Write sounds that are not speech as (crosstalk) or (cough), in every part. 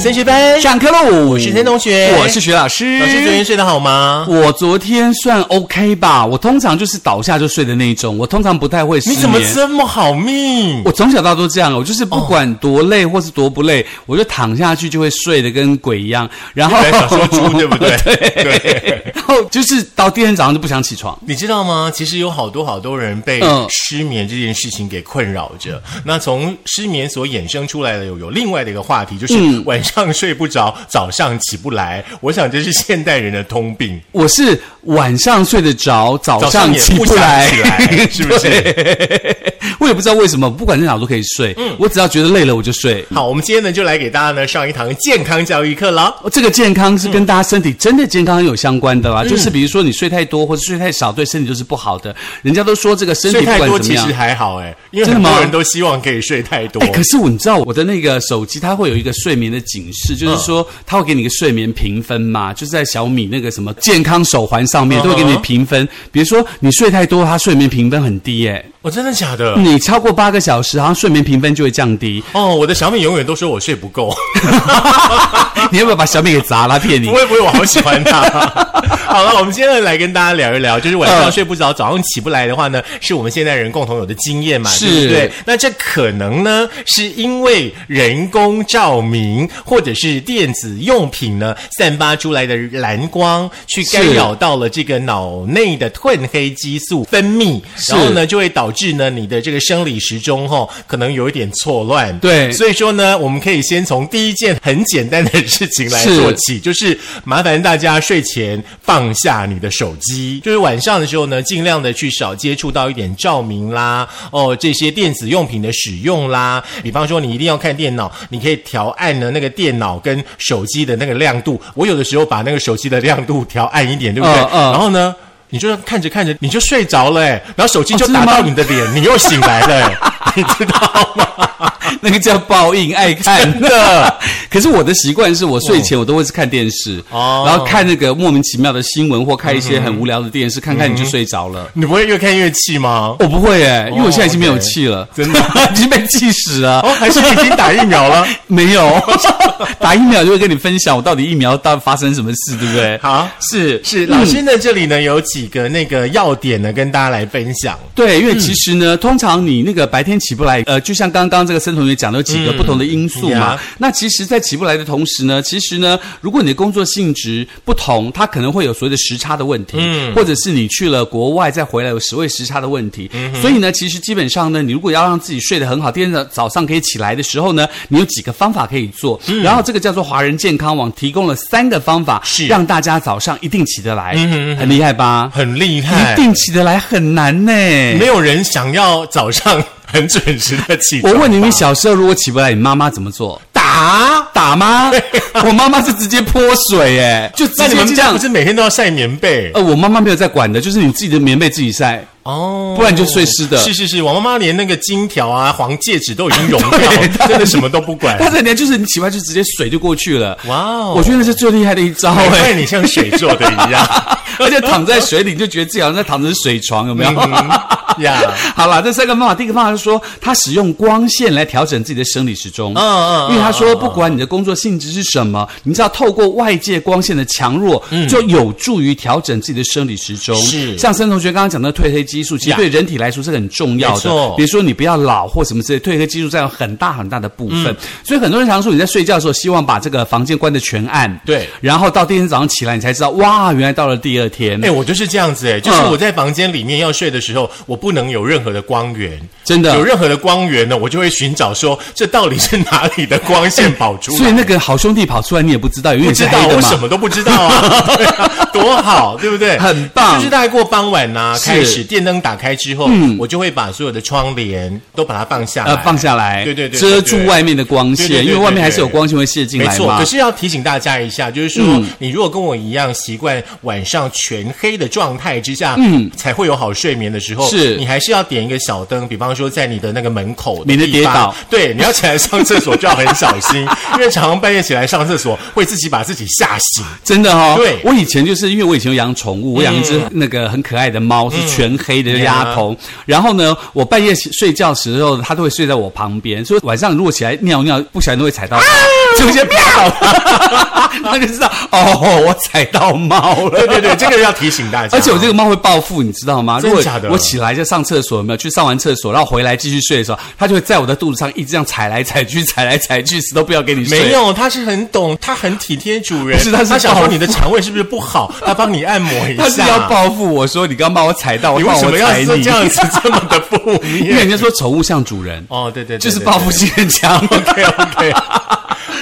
升学班，上课喽！我是森同学，我是徐老师。老师昨天睡得好吗？我昨天算 OK 吧，我通常就是倒下就睡的那一种，我通常不太会失你眠。怎么这么好命？我从小到大都这样，我就是不管多累或是多不哦累，我就躺下去就会睡得跟鬼一样。然 (laughs) 后本来想说猪对不对 (laughs) 对，然后就是到第二天早上就不想起床。你知道吗？其实有好多好多人被嗯失眠这件事情给困扰着。那从失眠所衍生出来的有有另外的一个话题，嗯就是晚上睡不着，早上起不来。我想这是现代人的通病，我是晚上睡得着，早早上上也起不不想来，起来，是不 (laughs) 是？我也不知道为什么，不管在哪我都可以睡。嗯我只要觉得累了我就睡。好，我们今天呢就来给大家呢上一堂健康教育课了。这个健康嗯是跟大家身体真的健康有相关的啦，啊就是比如说你睡太多或者睡太少，对身体就是不好的。人家都说这个身体睡不太管多怎么其样实，还好哎，因为真的很多吗人都希望可以睡太多哎、。可是我你知道我的那个手机，它会有一个睡眠的警示，就是说它会给你一个睡眠评分嘛，就是在小米那个什么健康手环上面都会给你嗯哼评分。比如说你睡太多，它睡眠评分很低、耶。我、真的假的？你超过八个小时，好像睡眠评分就会降 (laughs) 低。哦，我的小米永远都说我睡不够，你要不要把小米给砸了？骗你不？会不会，我好喜欢它。 (laughs) 好了，我们今天来跟大家聊一聊，就是晚上嗯睡不着，早上起不来的话呢，是我们现代人共同有的经验嘛，是对不对？那这可能呢，是因为人工照明或者是电子用品呢散发出来的蓝光，去干是扰到了这个脑内的褪黑激素分泌，是然后呢，就会导致呢你的这个生理时钟哈、哦，可能有一点错乱。对所以说呢，我们可以先从第一件很简单的事情来是做起，就是麻烦大家睡前放下你的手机，就是晚上的时候呢，尽量的去少接触到一点照明啦，哦，这些电子用品的使用啦。比方说，你一定要看电脑，你可以调暗呢那个电脑跟手机的那个亮度。我有的时候把那个手机的亮度调暗一点，对不对？嗯嗯然后呢？你就看着看着你就睡着了、欸，然后手机哦就真的打吗到你的脸，你又醒来了、 (laughs) 欸，你知道吗？ (laughs) 那个叫报应，爱看的。 (laughs) 可是我的习惯是我睡前我都会是看电视，哦然后看那个莫名其妙的新闻或看一些很无聊的电视，看看你就睡着了。你不会越看越气吗？我不会哎、因为我现在已经没有哦 OK 气了，真的 (laughs) 已经被气死了。哦，还是你已经打疫苗了？没有 (laughs) 打疫苗就会跟你分享我到底疫苗到底发生什么事，对不对？好，是是老师呢，这里呢有几个那个要点呢，跟大家来分享。对，因为其实呢，通常你那个白天起不来，呃，就像刚刚这个森同学讲的，有几个不同的因素嘛。呀那其实，在起不来的同时呢，其实呢，如果你的工作性质不同，它可能会有所谓的时差的问题，或者是你去了国外再回来有时会时差的问题。所以呢，其实基本上呢，你如果要让自己睡得很好，第二天早早上可以起来的时候呢，你有几个方法可以做。然后这个叫做华人健康网提供了三个方法，是让大家早上一定起得来，很厉害吧？很厉害，一定起得来很难呢、没有人想要早上很准时的起 (laughs) 我床吧。问你，你小时候如果起不来，你妈妈怎么做？打？(laughs) 打吗？我妈妈是直接泼水，哎，就直那你接们这家不样。是每天都要晒棉被呃，我妈妈没有在管的，就是你自己的棉被自己 (laughs) 晒，哦？不然你就睡湿的是是是，我妈妈连那个金条啊、黄戒指都已经融 (laughs) 掉，哦真的什么都不管。但是人家就是你起来就直接水就过去了。哇哦我觉得那是最厉害的一招我哎，看你像水做的一样 (laughs) 而且躺在水里你就觉得自己好像在躺着水床，有没有？嗯呀。 (laughs) 好啦，这三个方法，第一个方法是说，他使用光线来调整自己的生理时钟。嗯嗯嗯因为他说，不管你的工作性质是什么，你知道透过外界光线的强弱，就有助于调整自己的生理时钟。嗯是像森同学刚刚讲的褪黑激素，其实呀对人体来说是很重要没的错。比如说你不要老或什么之类，褪黑激素占有很大很大的部嗯分。所以很多人常说，你在睡觉的时候，希望把这个房间关的全暗。对然后到第二天早上起来，你才知道，哇，原来到了第二天。哎、我就是这样子哎、就是嗯我在房间里面要睡的时候，我不能有任何的光源，真的有任何的光源呢，我就会寻找说这到底是哪里的光线跑出所以来。那个好兄弟跑出来，你也不知道，因为不你是知黑道，的我嘛什。么都不知道 (laughs) 啊，对啊多好，对不对？很棒就是大概过傍晚呐、是嗯开始电灯打开之后，我就会把所有的窗帘都把它放下来，呃，放下来，对对对对遮住外面的光对对线，对因为外面还是有光线会泄进没来嗯错，嘛可。是要提醒大家一下，就是说，你如果跟我一样习惯晚上全黑的状态之下，嗯，才会有好睡眠的时候，是你还是要点一个小灯，比方说在你的那个门口的免得地方跌倒，对，你要起来上厕所就要很小心， (laughs) 因为常常半夜起来上厕所会自己把自己吓醒。真的哦，对嗯我以前就是因为我以前有养宠物，我养一只那个很可爱的猫，是全黑的丫头。然后呢，我半夜睡觉时候，它都会睡在我旁边，所以晚上如果起来尿尿，不小心都会踩到啊它，出现喵， (laughs) 那就知道哦，我踩到猫了对。对对，这个要提醒大家。而且我这个猫会报复，你知道吗？真的假的如果我起来就上厕所，有没有去上完厕所，然后回来继续睡的时候，它就会在我的肚子上一直这样踩来踩去，踩来踩去，死都不要给你睡。没有，他是很懂，他很体贴主人。不 (laughs) 是他是想说报复你的肠胃是不是不 (laughs) 好，他帮你按摩一下。它是要报复我说你刚把我踩到，我你为帮什我么要踩说你这样子这么的负 (laughs) 因为人面？家说宠物像主人，哦，对对对，就是报复性很强。对。对 OK，好。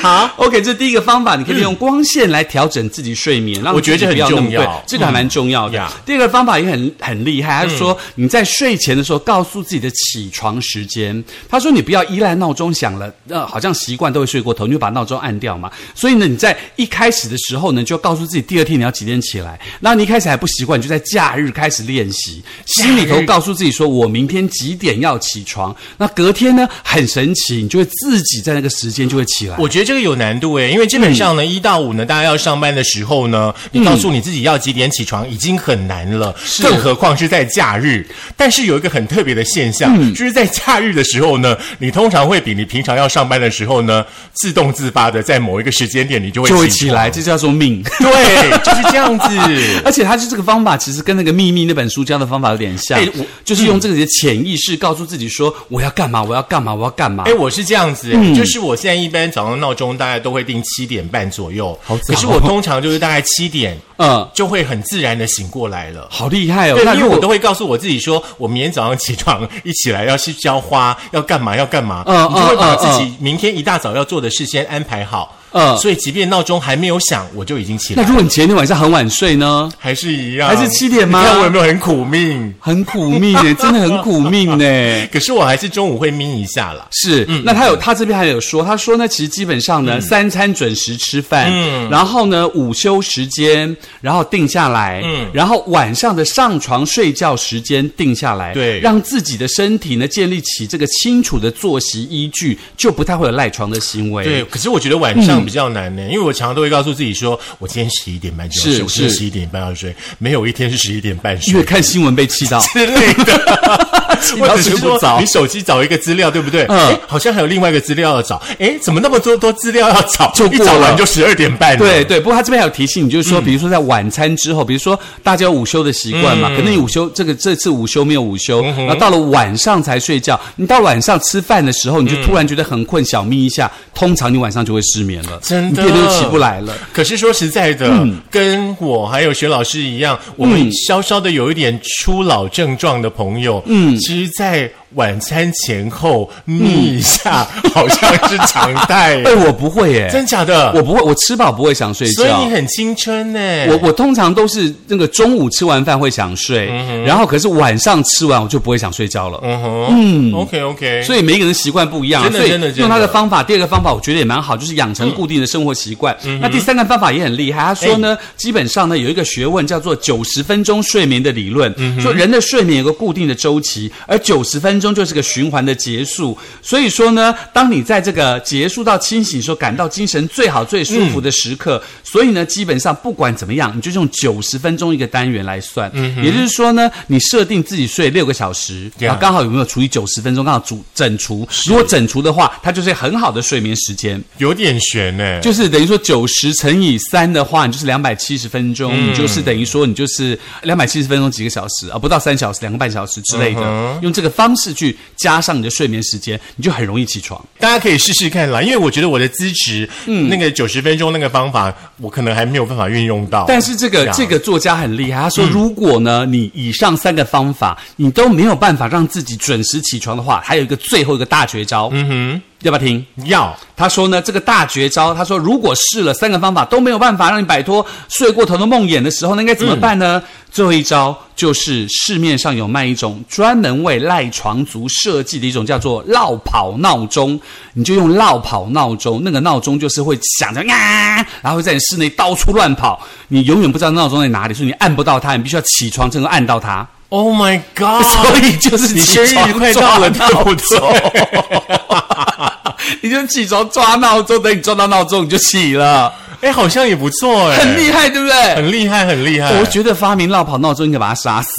嗯 OK，这是第一个方法，你可以利用光线来调整自己睡眠，让我觉得这自己很不要那么重要对这个还蛮重要嗯的呀。嗯第二个方法也很很厉害，他说你在睡前的时候告诉自己的起床时间，他说你不要依赖闹钟响了，呃，好像习惯都会睡过头，你就把闹钟按掉嘛。所以呢，你在一开始的时候呢，就要告诉自己第二天你要几点起来。那你一开始还不习惯，你就在假日开始练习，心里头告诉自己说我明天几点要起床。那隔天呢，很神奇，你就会自己在那个时间就会起来。我觉得这个有难度诶，因为基本上呢，嗯一、到五呢，大家要上班的时候呢，你告诉你自己要几点起床已经很难了，更何况是在假日。但是有一个很特别的现象，嗯就是在假日的时候呢，你通常会比你平常要上班的时候呢，自动自发的在某一个时间点，你就会就会起起床来，这叫做命。对，就是这样子。 (laughs) 而且他就这个方法，其实跟那个《秘密》那本书教的方法有点像哎我，就是用这个的潜意识告诉自己说我要干嘛，我要干嘛，我要干嘛哎、。我是这样子、嗯就是我现在一般早上闹钟大概都会定七点半左右，好早可是我通常就是大概七点嗯，就会很自然的醒过来了。好厉害哦！哎对，那因为我如果都会告诉我自己说，我明天早上起床一起来要去浇花，要干嘛要干嘛，嗯你就会嗯把嗯自己明天一大早要做的事先安排好。嗯所以即便闹钟还没有响，我就已经起那来，如果你前一天晚上很晚睡呢？还是一样，还是7点吗你看我有没有很苦命？很苦命 (laughs) 呢，真的很苦命欸呢。可是我还是中午会眯一下啦。是，那他有他这边还有说，他说呢，其实基本上呢，三餐准时吃饭，嗯，然后呢，午休时间，然后定下来，嗯，然后晚上的上床睡觉时间定下来，对让自己的身体呢建立起这个清楚的作息依据，就不太会有赖床的行为。对，可是我觉得晚上比较难呢，因为我常常都会告诉自己说，我今天十一点半就要睡，嗯是我今天是十一点半要睡，没有一天是十一点半因睡为。看新闻被气到，之类的， (laughs) 我只是睡不说着你手机找一个资料，对不对？嗯嗯，好像还有另外一个资料要找，哎，怎么那么多多资料要找？就一过找完了就十二点半了。对对，不过他这边还有提醒你，就是嗯说，比如说在晚餐之后，比如说大家有午休的习惯嗯嘛，可能你午休这个这次午休没有午休，然后到了晚上才睡觉，你到晚上吃饭的时候，你就突然觉得很困，小眯一下，通常你晚上就会失眠了，嗯真的你第二天就起不来了。。可是说实在的，跟我还有薛老师一样，我们稍稍的有一点初老症状的朋友，嗯，其实，在晚餐前后眯一下， (laughs) 好像是常态哎，嗯 (laughs) 我不会耶，真假的？我不会，我吃饱不会想睡觉。所以你很青春呢、我我通常都是那个中午吃完饭会想睡，然后可是晚上吃完我就不会想睡觉了。嗯哼，嗯，OK OK，所以每一个人习惯不一样啊，真的所以真的真的嗯用他的方法。第二个方法我觉得也蛮好，就是养成固定的生活习惯。那第三个方法也很厉害，他说呢，哎基本上呢有一个学问叫做九十分钟睡眠的理论，嗯说人的睡眠有个固定的周期，而九十分钟就是个循环的结束。所以说呢，当你在这个结束到清醒的时候，感到精神最好最舒服的时嗯刻，所以呢，基本上不管怎么样，你就用九十分钟一个单元来算，也就是说呢，你设定自己睡六个小嗯时，Yeah 然后刚好有没有除以九十分钟，刚好除整除。如果整除的话，它就是很好的睡眠时间，有点悬呢、就是等于说九十乘以三的话，你就是两百七十分钟，你就是等于说你就是两百七十分钟几个小时啊，不到三小时，两个半小时之类的，用这个方式去加上你的睡眠时间，你就很容易起床。大家可以试试看啦，因为我觉得我的资质，嗯，那个九十分钟那个方法，我可能还没有办法运用到。但是这嗯个这个个作家很厉害，他说如果呢、你以上三个方法你都没有办法让自己准时起床的话，还有一个最后一个大绝招，嗯哼，要不要听？要他说呢，这个大绝招，他说如果试了三个方法都没有办法让你摆脱睡过头的梦魇的时候，那应该怎么办呢？最后一招就是市面上有卖一种专门为赖床族设计的一种叫做绕跑闹钟，你就用绕跑闹钟，那个闹钟就是会响着啊，然后会在你室内到处乱跑，你永远不知道闹钟在哪里，所以你按不到它，你必须要起床才能够按到它。 Oh my God！ (laughs) 所以就是你生日快到了，对不对？ (laughs) 你就起床抓闹钟，等你抓到闹钟你就起了， (laughs) 哎，好像也不错哎，很厉害，对不对？很厉害，很厉害。我觉得发明落跑闹钟应该把它杀死。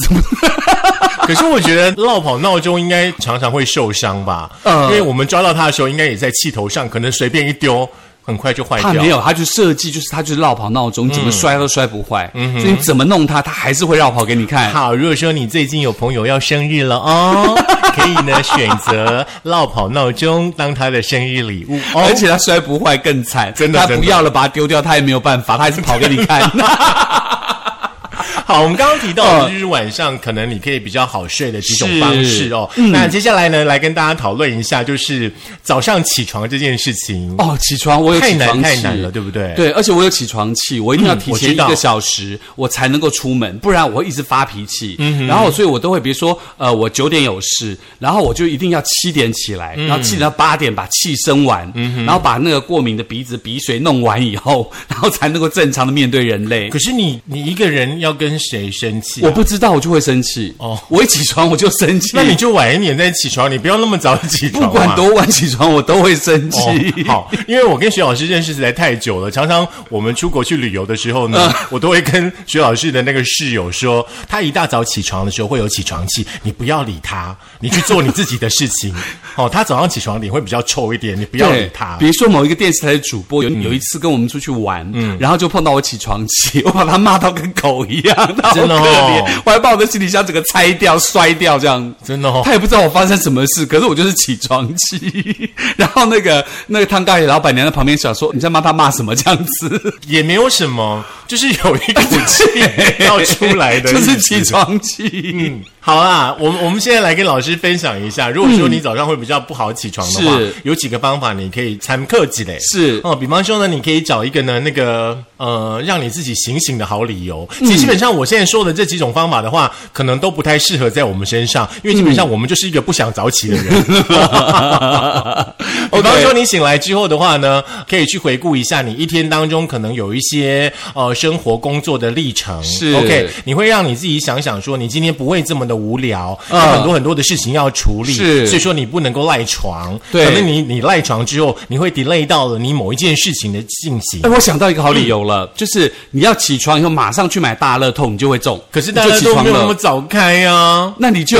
可是我觉得落跑闹钟应该常常会受伤吧，呃因为我们抓到它的时候，应该也在气头上，可能随便一丢，很快就坏他掉。没有，他去设计，就是他就是绕跑闹钟，怎么摔都摔不坏，所以你怎么弄它，它还是会绕跑给你看。嗯好，如果说你最近有朋友要生日了 (laughs) 哦，可以呢选择落跑闹钟当他的生日礼物哦而。且它摔不坏更惨，真的它真不的要了，把它丢掉，它也没有办法，它还是跑给你 (laughs) 看。好，我们刚刚提到的嗯就是晚上可能你可以比较好睡的几种是嗯方式哦。那接下来呢，来跟大家讨论一下，就是早上起床这件事情。哦，起床我有太起难床太气难了对不对对，而且我有起床气，我一定要哎嗯提前我知一道个小时，我才能够出门，不然我会一直发脾气。嗯然后，所以我都会比如说，呃，我九点有事，然后我就一定要七点起来，嗯然后七点到八点把气生完，然后把那个过敏的鼻子鼻水弄完以后， (laughs) 然后才能够正常的面对人类可。是啊你你一个人要跟谁生气、我不知道，我就会生气。哦哦，我一起床我就生气。那你就晚一点再起床，你不要那么早起床啊不嘛。管多晚起床，我都会生气。哦、好，因为我跟徐老师认识实在太久了，常常我们出国去旅游的时候呢，嗯我都会跟徐老师的那个室友说，他一大早起床的时候会有起床气，你不要理他，你去做你自己的事情。哦，他早上起床脸会比较臭一点，你不要对，理他嗯比。如说某一个电视台的主播有、有一次跟我们出去玩，然后就碰到我起床气，我把他骂到跟狗一样，他好 (laughs) 真的哦可怜我还把我的行李箱整个拆掉、摔掉这样。真的哦他也不知道我发生什么事，可是我就是起床气。 (laughs) 然后那个那个汤咖喱老板娘在旁边想说：“你在骂他骂什么这样子也没有什么，就是有一 (laughs) 股气 (laughs) 要出来？”的，就是起。床气。 (laughs) 嗯，好啦，我们我们现在来跟老师分享一下，如果说你早上会比较不好起床的话，嗯是有几个方法你可以参课几嘞。是哦，比方说呢，你可以找一个呢那个呃，让你自己醒醒的好理由。嗯其实基本上我现在说的这几种方法的话，可能都不太适合在我们身上，因为基本嗯上我们就是一个不想早起的人。比方哦说你醒来之后的话呢，可以去回顾一下你一天当中可能有一些呃生活工作的历程。是 OK，你会让你自己想想说，你今天不会这么的无聊，有嗯很多很多的事情要处理，是所以说你不能够赖床。对可能你你赖床之后，你会 delay 到了你某一件事情的进行哎，。我想到一个好理由了，就是你要起床以后马上去买大乐透，你就会中。可是你就大家起都床没有了那么早开啊。那你就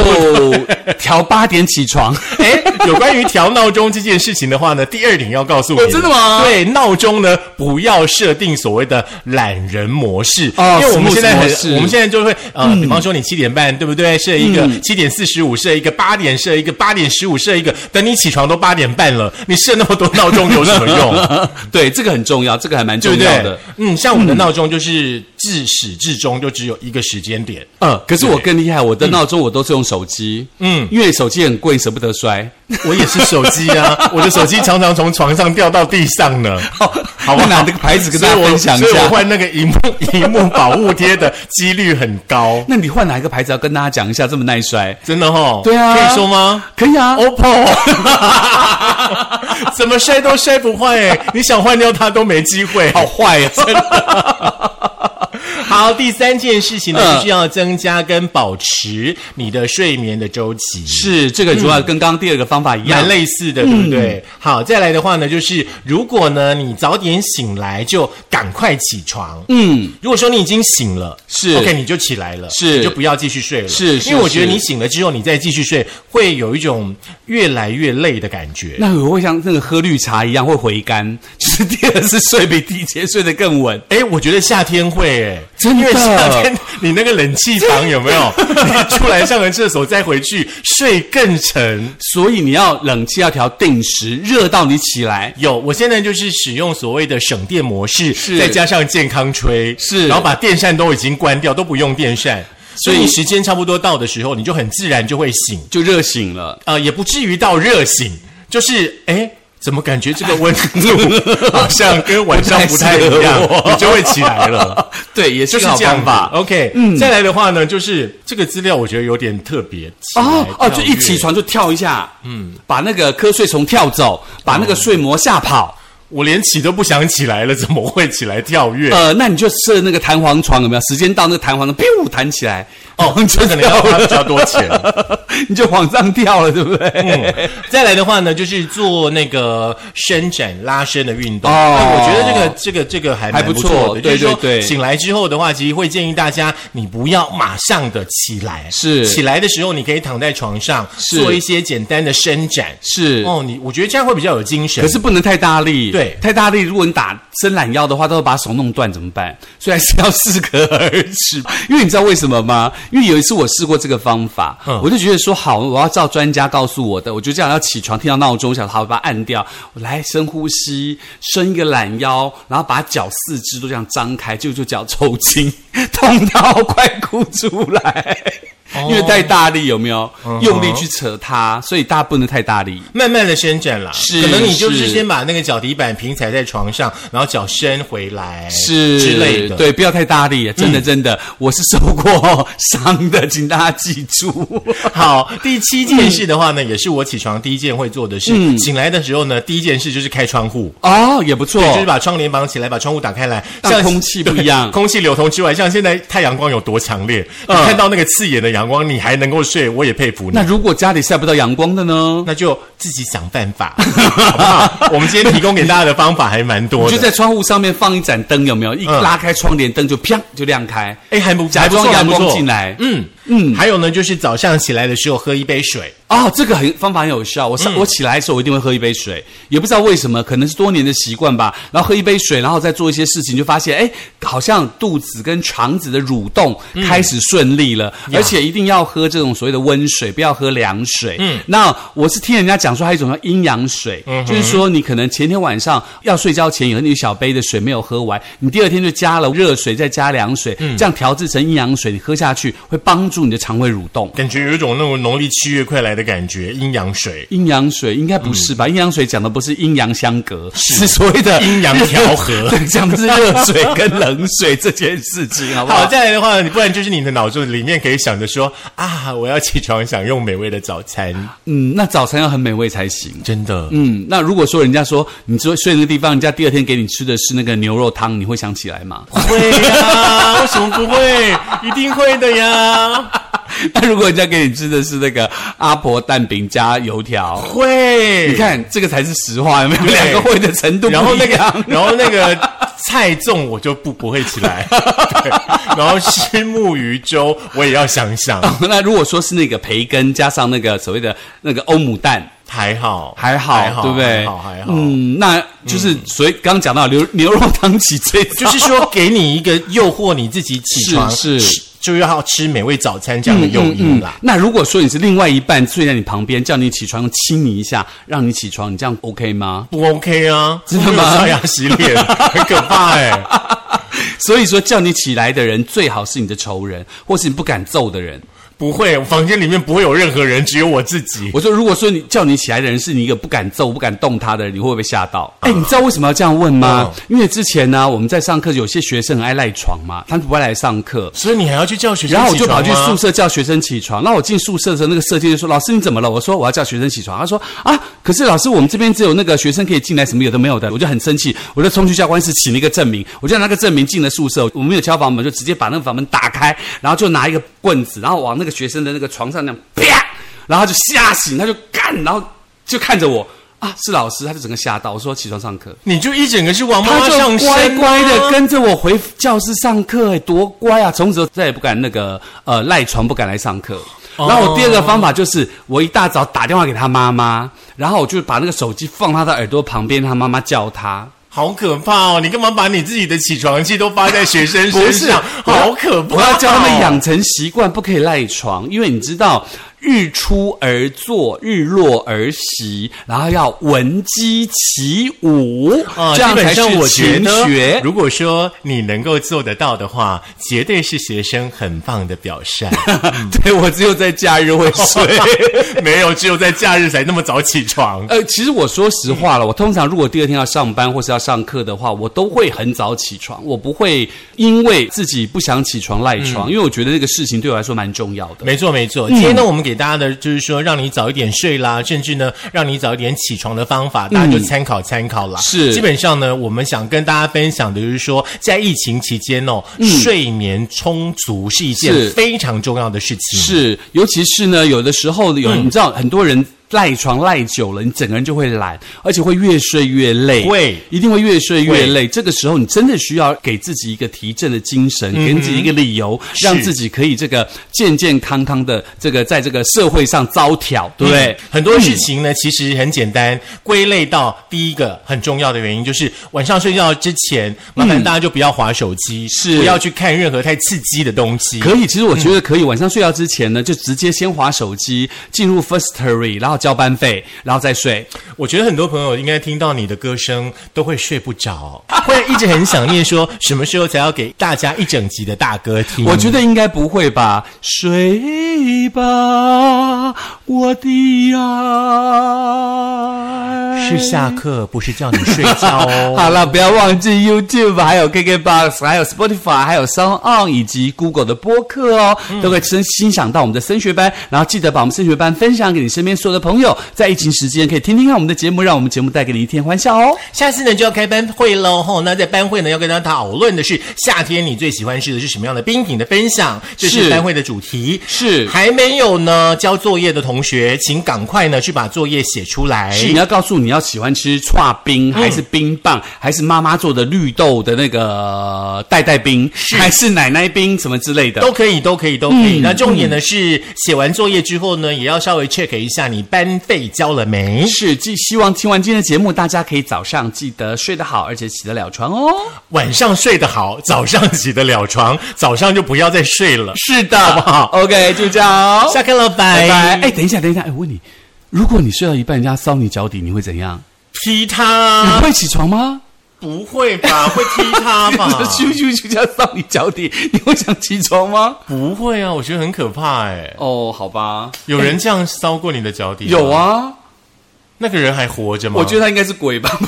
调八点起床。 (laughs) 哎， (laughs) 有关于调闹钟这件事情的话呢，第二点要告诉你，哦真的吗对，闹钟呢不要设定所谓的懒人模式，哦因为我们 smooth 现在模式嗯很，我们现在就会呃，比方说你七点半对不对，设一个七点四十五设一个，八点设一个，八点十五设一个，等你起床都八点半了，你设那么多闹钟有什么用？ (laughs) 对，这个很重要，这个还蛮对重不要对的。？嗯，像我的闹钟就是自始至终就只有一个时间点。呃，可是我更厉害，我的闹钟我都是用手机，嗯嗯，因为手机很贵，舍不得摔。我也是手机 (laughs) 啊，我的手机常常从床上掉到地上呢。哦好吧，那拿这个牌子跟大家所以我分享一下所以我换那个荧幕 (laughs) 荧幕保护贴的几率很高，那你换哪一个牌子要跟大家讲一下这么耐摔？真的哦。对啊可以说吗可以啊，哦？OPPO，怎么摔都摔不坏哎、你想换掉它都没机会。好坏啊呀、好，第三件事情呢，嗯就是要增加跟保持你的睡眠的周期。 (laughs) 是这个很重要，跟刚刚第二个方法一嗯样蛮。类似的，对不对？嗯好，再来的话呢，就是如果呢你早点醒来，就赶快起床。嗯，如果说你已经醒了，是 OK，你就起来了，是你就不要继续睡了，是是因为我觉得是你醒了之后，你再继续睡，会有一种越来越累的感觉。那我会像那个喝绿茶一样会回甘，就是第二次睡比第一天睡得更稳。哎，我觉得夏天会哎，真的因为夏天你那个冷气房有没有？ (laughs) 你出来上个厕所再回去睡更沉。所以你要冷气要调定时，热到你起来。有，我现在就是使用所谓的省电模式，是再加上健康吹，是然后把电扇都已经关掉，都不用电扇，所所以以时间差不多到的时候，你就很自然就会醒，就热醒了， (laughs) 呃，也不至于到热醒，就是哎。怎么感觉这个温 (laughs) 度好像跟晚上不太一不太样适合，你就会起来 (laughs) 了，对，也是就是个好这样方法吧。。嗯 OK，再来的话呢，就是这个资料我觉得有点特别。起来哦哦，就嗯一跳跃起床就跳一下，嗯，把那个瞌睡虫跳走，把那个睡魔吓跑。我连起都不想起来了，怎么会起来跳跃？哦呃，那你就设那个弹簧床有没有？时间到那个弹簧的，biu 弹起来， (laughs) 哦，这可能要花比较多钱。你就往上跳了，对不对？嗯， (laughs) 再来的话呢，就是做那个伸展拉伸的运动。哦哎我觉得这个这个这个还蛮还不不错错的，对就是说对对醒来之后的话，其实会建议大家，你不要马上的起来，是起来的时候，你可以躺在床上是做一些简单的伸展。是。哦，你我觉得这样会比较有精神。可是不能太大力，对太大力。如果你打伸懒腰的话，到时候把手弄断怎么办？所以还是要适可而止。 (laughs) 因为你知道为什么吗？因为有一次我试过这个方法，嗯我就觉得说好，我要照专家告诉我的，我就这样要起床，听到闹钟，想好，我把它按掉，我来深呼吸，伸一个懒腰，然后把脚四肢都这样张开，结果就脚抽筋， (laughs) 痛到快哭出来。因为太大力有没有哦嗯哼用力去扯它，所以大家不能太大力。慢慢的伸展啦，是可能你就是是先把那个脚底板平踩在床上，然后脚伸回来，是之类的。嗯对，不要太大力，真的真的，我是受过伤的，请大家记 (laughs) 住。好，第七件事的话呢，也是我起床第一件会做的事。嗯醒来的时候呢，第一件事就是开窗户。哦，也不错，就是把窗帘绑起来，把窗户打开来，让空气不一样 (laughs) 对空气流通之外，像现在太阳光有多强烈，你嗯看到那个刺眼的阳光，你还能够睡，我也佩服你那。如果家里晒不到阳光的呢？那就自己想办 (laughs) 法，好不好？我们今天提供给大家的方法还蛮多你的，就在窗户上面放一盏灯，有没有？一嗯拉开窗帘灯就啪就亮开，哎，还不假还不错装阳还不光错进来。嗯嗯，还有呢，就是早上起来的时候喝一杯水，哦，这个很方法很有效。我上、我起来的时候，我一定会喝一杯水，也不知道为什么，可能是多年的习惯吧。然后喝一杯水，然后再做一些事情，就发现哎，好像肚子跟肠子的蠕动开始顺利了。而且一定要喝这种所谓的温水，不要喝凉水。嗯，那我是听人家讲说，还有一种叫阴阳水，就是说你可能前天晚上要睡觉前有那一小杯的水没有喝完，你第二天就加了热水，再加凉水，这样调制成阴阳水，你喝下去会帮助你的肠胃蠕动。感觉有一种那种农历七月快来的感觉，阴阳水。阴阳水应该不是吧？阴阳水讲的不是阴阳相隔，是所谓的嗯阴阳调和对 (laughs) 讲的是热水跟冷水这件事情，好不好？好，再来的话，你不然就是你的脑子里面可以想着说啊，我要起床享用美味的早 (laughs) 餐，嗯，那早餐要很美味才行。真的。嗯，那如果说人家说你睡睡那个地方，人家第二天给你吃的是那个牛肉汤，你会想起来 (laughs) 吗？会呀， (laughs) 为什么不会？一定会的呀，那如果人家给你吃的是那个阿婆蛋饼加油条，会。你，看这个才是实话，有没有？对两个会的程度不一然样。后那个，然后那个菜粽我就不不会起来，对，然后吃木鱼粥我也要想想， (laughs) 那如果说是那个培根加上那个所谓的那个欧姆蛋。还好，还好，还好，对不对？还好，还好。嗯，那就是、所以刚刚讲到牛 (laughs) 牛肉汤起最早就是说，给你一个诱惑，你自己起床是嗯是吃就要吃美味早餐这样的诱因啦。那如果说你是另外一半睡在你旁边，叫你起床亲你一下，让你起床，你这样 OK 吗？ (laughs) 不 OK 啊，真的我没吗有刷牙洗 (laughs) 脸很可怕哎、所以说叫你起来的人最好是你的仇人，或是你不敢揍的人。不会，我房间里面不会有任何人，只有我自己。我说，如果说你叫你起来的人是你一个不敢揍、不敢动他的人，你会不会吓到？啊哎，你知道为什么要这样问哦吗？因为之前呢、我们在上课，有些学生很爱赖床嘛，他们不爱来上课，所以你还要去叫学生然后我起就跑床去吗宿舍叫学生起床。那我进宿舍的时候，那个设计就说：“老师你怎么了？”我说：“我要叫学生起床。”他说：“啊，可是老师，我们这边只有那个学生可以进来，什么有的没有的。”我就很生气，我就冲去教官室请了一个证明，我就拿那个证明进了宿舍，我没有敲房门，就直接把那个房门打开，然后就拿一个棍子，然后往那个学生的那个床上那样啪，然后他就吓醒，他就干，然后就看着我。啊，是老师，他就整个吓到。我说起床上课，你就一整个是王妈他妈上就身、啊乖乖的。跟着我回教室上课，哎，多乖啊！从此再也不敢那个呃赖床，不敢来上课。哦然后我第二个方法就是，我一大早打电话给他妈妈，然后我就把那个手机放他的耳朵旁边，他妈妈叫他。好可怕哦！你干嘛把你自己的起床气都发在学生不身是上？好可怕、哦！我要教他们养成习惯，不可以赖床，因为你知道日出而作，日落而息，然后要闻鸡起舞，啊，这样基本才是上我觉勤得学，。如果说你能够做得到的话，绝对是学生很棒的表 (laughs) 率。 (laughs) 对我只有在假日 (laughs) 会睡。没有，只有在假日才那么早起床。呃，其实我说实话了，我通常如果第二天要上班或是要上课的话，我都会很早起床，我不会嗯因为自己不想起床赖床，因为我觉得这个事情对我来说蛮重要的。嗯没错，没错。今天呢，我们给大家的就是说，让你早一点睡啦，甚至呢，让你早一点起床的方法，大家就参考参考啦。嗯是基本上呢，我们想跟大家分享的就是说，在疫情期间哦，睡眠充足是一件嗯是非常重要的事情。是，尤其是呢，有的时候有、嗯你知道，很多人赖床赖久了，你整个人就会懒，而且会越睡越累，会一定会越睡会越累。这个时候，你真的需要给自己一个提振的精神，给自己一个理由，让嗯是自己可以这个健健康康的，这个在这个社会上招挑，对不对？嗯很多事情呢，其实很简单，归类到第一个很重要的原因就是晚上睡觉之前，麻烦大家就不要划手机，嗯是不要去看任何太刺激的东西。可以，其实我觉得可以。晚上睡觉之前呢，就直接先划手机，进入 Firstory，然后交班费，然后再睡。我觉得很多朋友应该听到你的歌声都会睡不着， (laughs) 会一直很想念说什么时候才要给大家一整集的大歌听。我觉得应该不会吧？睡吧，我的爱。是下课，不是叫你睡觉哦。 (laughs) 好了，不要忘记 YouTube，还有 KKBox，还有 Spotify，还有 Sound On 以及 Google 的播客哦，都可以欣欣赏到我们的升学班。然后记得把我们升学班分享给你身边所有的朋友，在疫情时间可以听听看我们的节目，让我们节目带给你一天欢笑哦。下次呢就要开班会喽，吼！那在班会呢要跟大家讨论的是夏天你最喜欢吃的是什么样的冰品的分享，这是是班会的主题。是还没有呢交作业的同学，请赶快呢去把作业写出来。是你要告诉你要喜欢吃串冰，还是冰棒，还是妈妈做的绿豆的那个袋袋冰，还是奶奶冰什么之类的。嗯都可以，都可以，都可以。那重点呢是写完作业之后呢，也要稍微 check 一下你班费交了没。是，既希望听完今天的节目，大家可以早上记得睡得好，而且起得了床哦。晚上睡得好，早上起得了床，早上就不要再睡了。是的，好不好？OK，就这样哦，下课了，拜拜拜。哎，等一下，等一下，哎，我问你，如果你睡到一半，人家搔你脚底，你会怎样？踢你他？会起床吗？不会吧？会踢他吧？ (laughs) 咻咻咻，这样搔你脚底，你会想起床吗？不会啊，我觉得很可怕哎。哦，好吧，有人这样搔过你的脚底？有，啊，那个人还活着吗？我觉得他应该是鬼吧。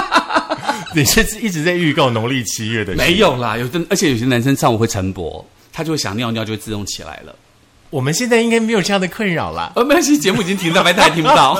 (laughs) 你是一直在预告农历七月的事。没有啦，有的，而且有些男生上午会晨勃，他就会想尿尿，就会自动起来了。哦我们现在应该没有这样的困扰啦。呃，没关系，节目已经停了，反正他也听不到。